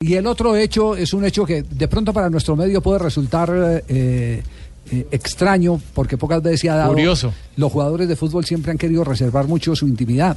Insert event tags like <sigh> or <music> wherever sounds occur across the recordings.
Y el otro hecho es un hecho que de pronto para nuestro medio puede resultar eh, eh, extraño, porque pocas veces se ha dado. Curioso. Los jugadores de fútbol siempre han querido reservar mucho su intimidad.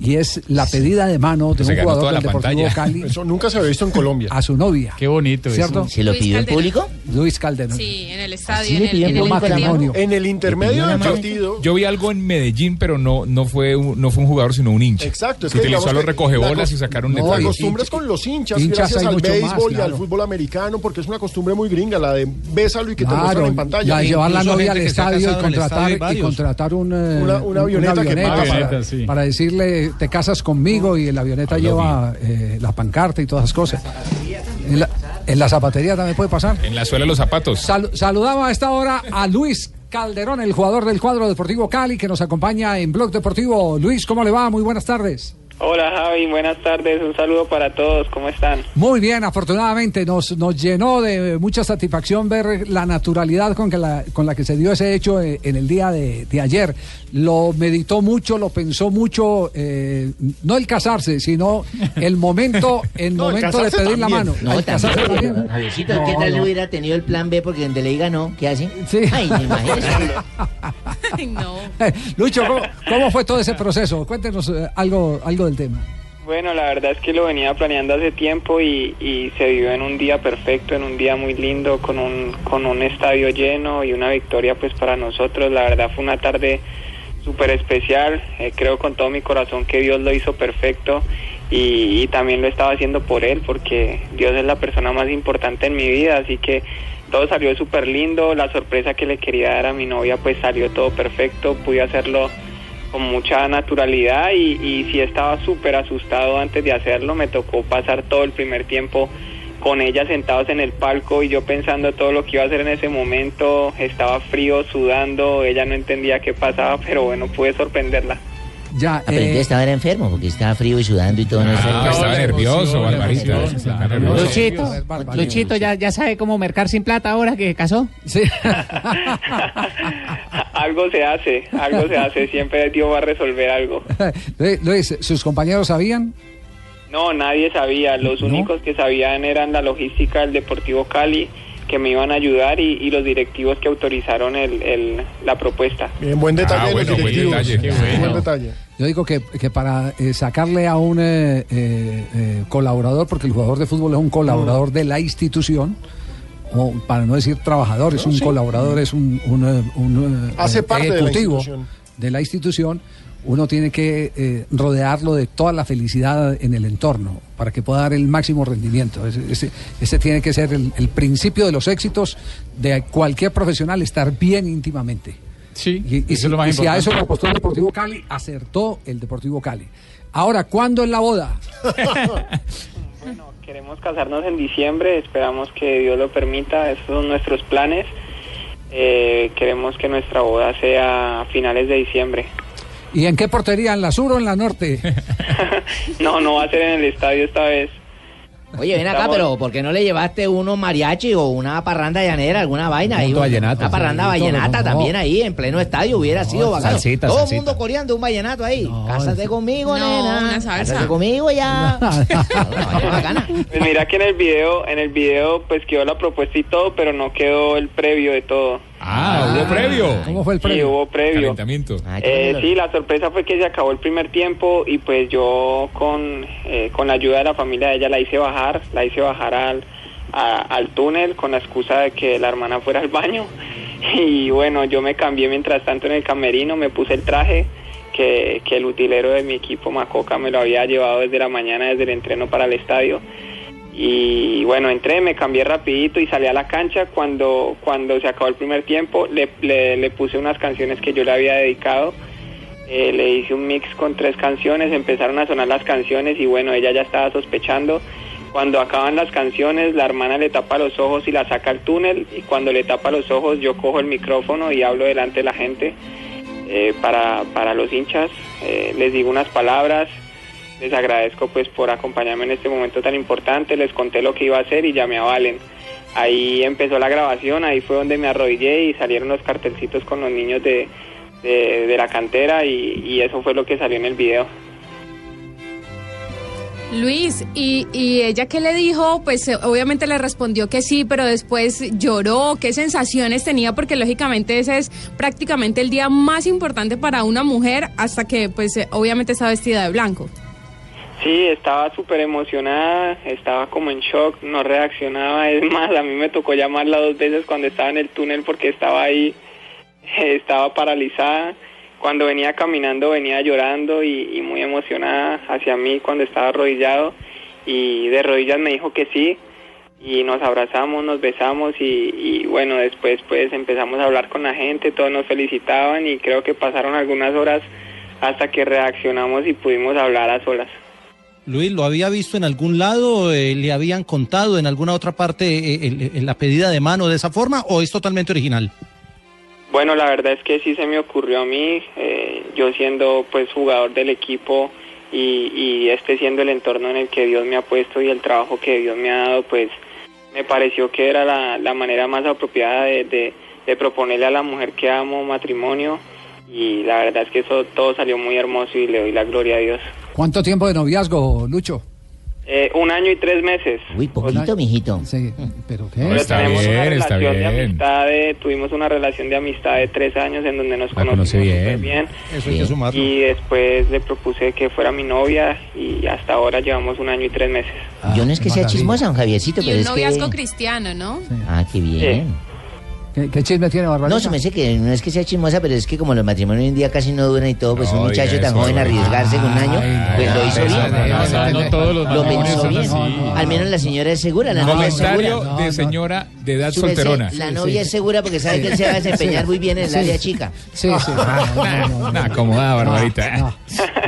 Y es la pedida de mano de Se un ganó jugador toda del la Deportivo pantalla. Cali Eso nunca se había visto en Colombia. a su novia. Qué bonito ¿Cierto? eso. ¿Se lo Luis pidió en Calderón. público? Luis Calderón. Sí, en el Así estadio, le en el, pidieron en el Un público la Olímpico. matrimonio. En el intermedio del partido. Yo vi algo en Medellín, pero no, no, fue, un, no fue un jugador, sino un hincha. Exacto, es Que que utilizó digamos a los que la recogebolas cos- y sacaron no, La detalles. costumbre es con los hinchas, Hinchas gracias hay al mucho más, béisbol y claro. al fútbol americano, porque es una costumbre muy gringa, la de bésalo y que te muestran Claro, en pantalla. la de llevar la Incluso novia al gente que se ha estadio y casado en el contratar, estadio hay y varios. contratar un, eh, Una- una un- avioneta que avioneta pasa. para, Avioneta, sí. para decirle te casas conmigo y la avioneta lleva eh, la pancarta y todas esas cosas. En la, en la zapatería también puede pasar. En la suela de los zapatos. Sal- saludamos a esta hora a Luis Calderón, el jugador del cuadro deportivo Cali, que nos acompaña en Blog Deportivo. Luis, ¿cómo le va? Muy buenas tardes. Hola Javi, buenas tardes, un saludo para todos, ¿cómo están? Muy bien, afortunadamente nos, nos llenó de mucha satisfacción ver la naturalidad con, que la, con la que se dio ese hecho eh, en el día de, de ayer. Lo meditó mucho, lo pensó mucho, eh, no el casarse, <laughs> sino el momento, el No, el momento de casarse pedir la también. mano. No, El casarse también. también. Javiercito, No, ¿qué tal no. hubiera tenido el plan B? Porque donde le diga no, ¿qué hace? Sí. Ay, me imagino. <laughs> Ay, no. Eh, <laughs> Lucho, ¿cómo, cómo fue todo ese proceso? Cuéntenos eh, algo, algo del tema. Bueno, la verdad es que lo venía planeando hace tiempo y, y se vivió en un día perfecto, en un día muy lindo, con un, con un estadio lleno y una victoria pues para nosotros. La verdad fue una tarde súper especial, eh, creo con todo mi corazón que Dios lo hizo perfecto y, y también lo estaba haciendo por Él porque Dios es la persona más importante en mi vida, así que todo salió súper lindo, la sorpresa que le quería dar a mi novia pues salió todo perfecto, pude hacerlo con mucha naturalidad y, y sí estaba súper asustado antes de hacerlo. Me tocó pasar todo el primer tiempo con ella sentados en el palco y yo pensando todo lo que iba a hacer en ese momento. Estaba frío, sudando, ella no entendía qué pasaba, pero bueno, pude sorprenderla. <laughs> Ya, Ah, pero eh, entonces estaba era enfermo porque estaba frío y sudando y todo. No Ah, sé. estaba la nervioso, emoción, la Barbarita. emoción, estaba claro. nervioso. a Luchito, ver, Barbarita. Luchito ya, ya sabe cómo mercar sin plata ahora que casó. Sí. <laughs> algo se hace, algo se hace, siempre Dios va a resolver algo. <laughs> Luis, Luis, ¿sus compañeros sabían? No, nadie sabía. Los únicos que sabían eran la logística del Deportivo Cali, que me iban a ayudar, y, y los directivos que autorizaron el- el- la propuesta. Bien, buen detalle Ah, de bueno, los buen directivos. detalle, qué bueno. Buen detalle. Yo digo que, que para eh, sacarle a un eh, eh, eh, colaborador, porque el jugador de fútbol es un Mm. colaborador de la institución, o para no decir trabajador, es un colaborador, es un, un, eh, un, eh, Hace eh, parte de la ejecutivo institución. de la institución, uno tiene que eh, rodearlo de toda la felicidad en el entorno para que pueda dar el máximo rendimiento. Ese, ese- ese tiene que ser el, el principio de los éxitos de cualquier profesional, estar bien íntimamente. Sí, Y, y si, eso es lo más y si a importante. eso le apostó el Deportivo Cali, acertó el Deportivo Cali. Ahora, ¿cuándo es la boda? Bueno, queremos casarnos en diciembre, esperamos que Dios lo permita, esos son nuestros planes. Eh, queremos que nuestra boda sea a finales de diciembre. <laughs> ¿Y en qué portería? ¿En la sur o en <laughs> la norte? no, no va a ser en el estadio esta vez. Oye, ven acá, Estamos- pero ¿por qué no le llevaste uno mariachi o una parranda llanera, alguna vaina? ahí, punto vallenato, una Ah, parranda sí, todo, vallenata no. también ahí, en pleno estadio, hubiera sido bacano. salsita, Todo el salsita. mundo coreando un vallenato ahí. Cásate conmigo, No, nena. una salsa. Cásate conmigo ya. Una vaina bacana. <laughs> Pues mira que en el video, en el video pues quedó la propuesta y todo, pero no quedó el previo de todo. Ah, hubo previo. ¿Cómo fue el Sí, premio? hubo previo. Calentamiento. Ay, qué Eh, lindo. sí, la sorpresa fue que se acabó el primer tiempo y pues yo con, eh, con la ayuda de la familia de ella la hice bajar, la hice bajar al, a- al túnel con la excusa de que la hermana fuera al baño <laughs> y bueno, yo me cambié mientras tanto en el camerino, me puse el traje que, que el utilero de mi equipo Macoca me lo había llevado desde la mañana, desde el entreno para el estadio y bueno, entré, me cambié rapidito y salí a la cancha cuando, cuando se acabó el primer tiempo, le, le- le puse unas canciones que yo le había dedicado, Eh, le hice un mix con tres canciones, empezaron a sonar las canciones y bueno, ella ya estaba sospechando Cuando acaban las canciones, la hermana le tapa los ojos y la saca al túnel. Y cuando le tapa los ojos, yo cojo el micrófono y hablo delante de la gente eh, para, para los hinchas. Eh, les digo unas palabras. Les agradezco pues por acompañarme en este momento tan importante. Les conté lo que iba a hacer y llamé a Valen. Ahí empezó la grabación, ahí fue donde me arrodillé y salieron los cartelcitos con los niños de, de, de la cantera y, y eso fue lo que salió en el video. Luis, ¿y, ¿y ella qué le dijo? Pues eh, obviamente le respondió que sí, pero después lloró. ¿Qué sensaciones tenía? Porque lógicamente ese es prácticamente el día más importante para una mujer hasta que pues eh, obviamente está vestida de blanco. Sí, estaba súper emocionada, estaba como en shock, no reaccionaba. <laughs> Es más, a mí me tocó llamarla dos veces cuando estaba en el túnel porque estaba ahí, <laughs> estaba paralizada. Cuando venía caminando venía llorando y, y muy emocionada hacia mí cuando estaba arrodillado y de rodillas me dijo que sí y nos abrazamos, nos besamos y, y bueno, después pues empezamos a hablar con la gente, todos nos felicitaban y creo que pasaron algunas horas hasta que reaccionamos y pudimos hablar a solas. Luis, ¿lo había visto en algún lado? Eh, ¿Le habían contado en alguna otra parte eh, el- el- la pedida de mano de esa forma o es totalmente original? Bueno, la verdad es que sí se me ocurrió a mí, eh, yo siendo pues jugador del equipo y, y este siendo el entorno en el que Dios me ha puesto y el trabajo que Dios me ha dado, pues me pareció que era la, la manera más apropiada de, de- de proponerle a la mujer que amo matrimonio y la verdad es que eso todo salió muy hermoso y le doy la gloria a Dios. ¿Cuánto tiempo de noviazgo, Lucho? Eh, un año y tres meses. Uy, poquito, mijito. Sí, pero Pero está tenemos una bien, está relación de bien. amistad de- tuvimos una relación de amistad de tres años en donde nos conocimos conoce bien. súper bien. Eso hay que sumarlo. Y después le propuse que fuera mi novia y hasta ahora llevamos un año y tres meses. Yo no es Ah, que sea chismosa, don Javiercito, Y pero un es que... noviazgo cristiano, ¿no? Ah, qué bien. ¿Qué, chisme tiene Barbarita? No, se me dice que no es que sea chismosa, pero es que como los matrimonios hoy en día casi no duran y todo, pues un No, muchacho diga tan eso, joven no. arriesgarse en un año, pues lo hizo no, bien. no, no, no, no, no todos los Lo matrimonios pensó son bien. así. Al menos la señora es segura, la novia es segura. Comentario de señora de edad Súbese, solterona. La novia es segura porque sabe que él se va a desempeñar muy bien en el Sí. área chica. Sí, <laughs> sí. Nah, acomodada, Barbarita. ¿eh?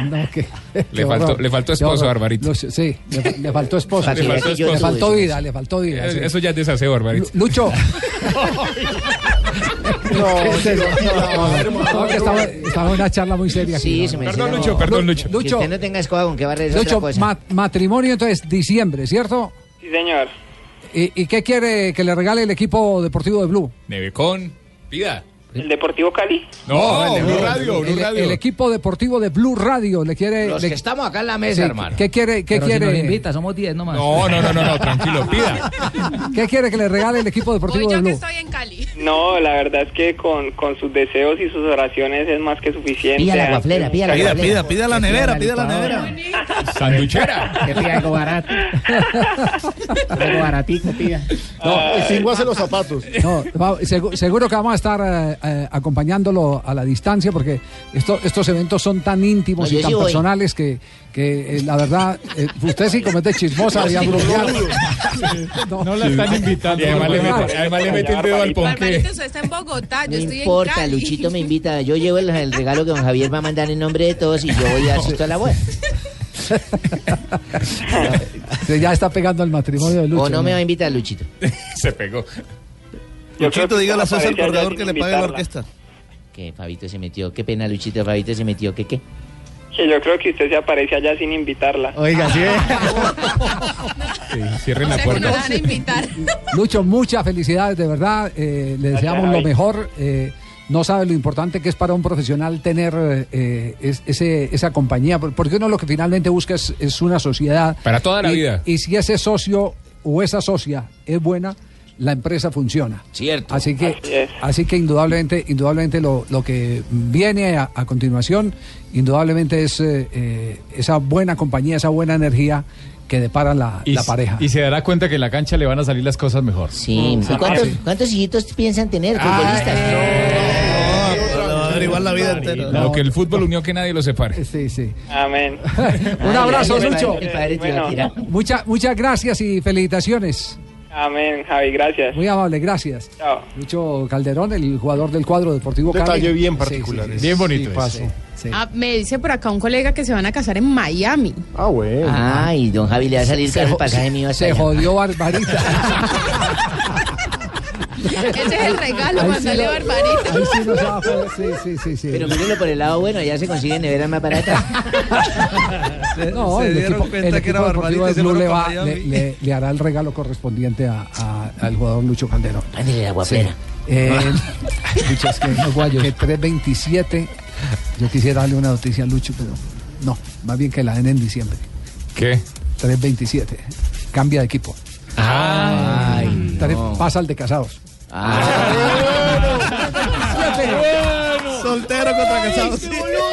le, faltó, le faltó esposo, Barbarita. Los- sí, le, le faltó esposo. <laughs> Le faltó esposo. Le faltó vida, le faltó vida. Eh, sí. Eso ya es desaseo, Barbarita. <laughs> Lucho. <laughs> No, ¿Qué es eso? no, no, no, que estaba, estaba en una charla muy seria. Sí, aquí. se me Perdón, dice, Lucho, no. perdón, Lucho. Que usted no tenga escoba con que barrer es otra Lucho, cosa. ma- matrimonio entonces diciembre, ¿cierto? Sí, señor. ¿Y, y qué quiere que le regale el equipo deportivo de Blue? Nevecón, pida. ¿El Deportivo Cali? No, el de Blue Radio, Blue El, Radio. el equipo deportivo de Blue Radio le quiere. Los le- que estamos acá en la mesa, Sí, hermano. ¿Qué quiere? ¿Qué Pero si quiere? nos invita, somos 10 nomás. No, no, no, no, no, tranquilo, pida. ¿Qué quiere que le regale el equipo deportivo Voy de yo que Blue? estoy en Cali. No, la verdad es que con, con sus deseos y sus oraciones es más que suficiente. Pida la guaflera, pida la Muchas guaflera. gracias. pida la nevera, pida la nevera. Sanduchera. Que pida algo barato. algo baratico, pida. no, Cinguase los zapatos. No, va- segu- seguro, que vamos a estar eh, eh, acompañándolo a la distancia porque esto- estos eventos son tan íntimos No, yo y tan sí voy. personales que, que eh, la verdad, eh, usted sí comete chismosa y a bloquear. No la están invitando. Además le mete, además le mete el dedo al ponqué. Barbarita, usted está en Bogotá, yo No estoy en importa, Cali. Luchito me invita. Yo llevo el, el regalo que don Javier va a mandar en nombre de todos y yo voy a asistir a la web. Se ya está pegando al matrimonio de Lucho. O no me va a ¿no? invitar Luchito. Se pegó. Yo creo Luchito, que dígale a César aparece allá Corredor sin que le pague la invitarla. orquesta. Que Fabito se metió. Qué pena, Luchito. Fabito se metió. ¿Qué qué? Que yo creo que usted se aparece allá sin invitarla. Oiga, sí. Sí, cierren O la sea, que no la puerta. van a invitar. Lucho, muchas felicidades, de verdad. eh, le Gracias, deseamos lo Javi. mejor. eh, no sabe lo importante que es para un profesional tener eh, es- ese- esa compañía, por- porque uno lo que finalmente busca es, es una sociedad. Para toda la Y- vida. Y si ese socio o esa socia es buena, la empresa funciona. Cierto. Así que, Así es. así que indudablemente, indudablemente lo, lo que viene a, a continuación, indudablemente es eh, eh, esa buena compañía, esa buena energía que depara la, la pareja. Y se dará cuenta que en la cancha le van a salir las cosas mejor. Sí. ¿Y cuántos, cuántos hijitos piensan tener? Futbolistas. No, le va a derivar la vida entera. Lo que el fútbol unió que nadie lo separe. Sí, sí. Amén. Un abrazo, Ay, el padre- Lucho. El padre te iba a tirar. Mucha- muchas gracias y felicitaciones. Amén, Javi, gracias. Muy amable, gracias. Chao. Lucho Calderón, el jugador del cuadro deportivo Un detalle Cali. bien Sí, particular. sí, sí. Bien bonito. Sí, pasó. ese. Ah, me dice por acá un colega que se van a casar en Miami. Ah, bueno. Ay, don Javi, le va a salir caro el pasaje mío hasta Se allá. jodió Barbarita. <laughs> Ese es el regalo, Ahí sí mandale lo- barbarita. ahí sí nos va a joder, sí, sí, sí, sí. Pero mírenlo por el lado bueno, ya se consiguen neveras más baratas. No, se el dieron equipo- cuenta el que era equipo deportivo Barbarita y de se Blue fueron le, para va- le- Miami. le- le hará el regalo correspondiente a- a- al jugador Lucho Calderón. Ándele la guapera. Eh, <laughs> Lucho, es que no, guayo, que 3.27. Yo quisiera darle una noticia a Lucho, pero no, más bien que la den en diciembre. ¿Qué? 3.27. Cambia de equipo. Ay, Tres- no. Pasa al de casados. Ah. Soltero contra casados.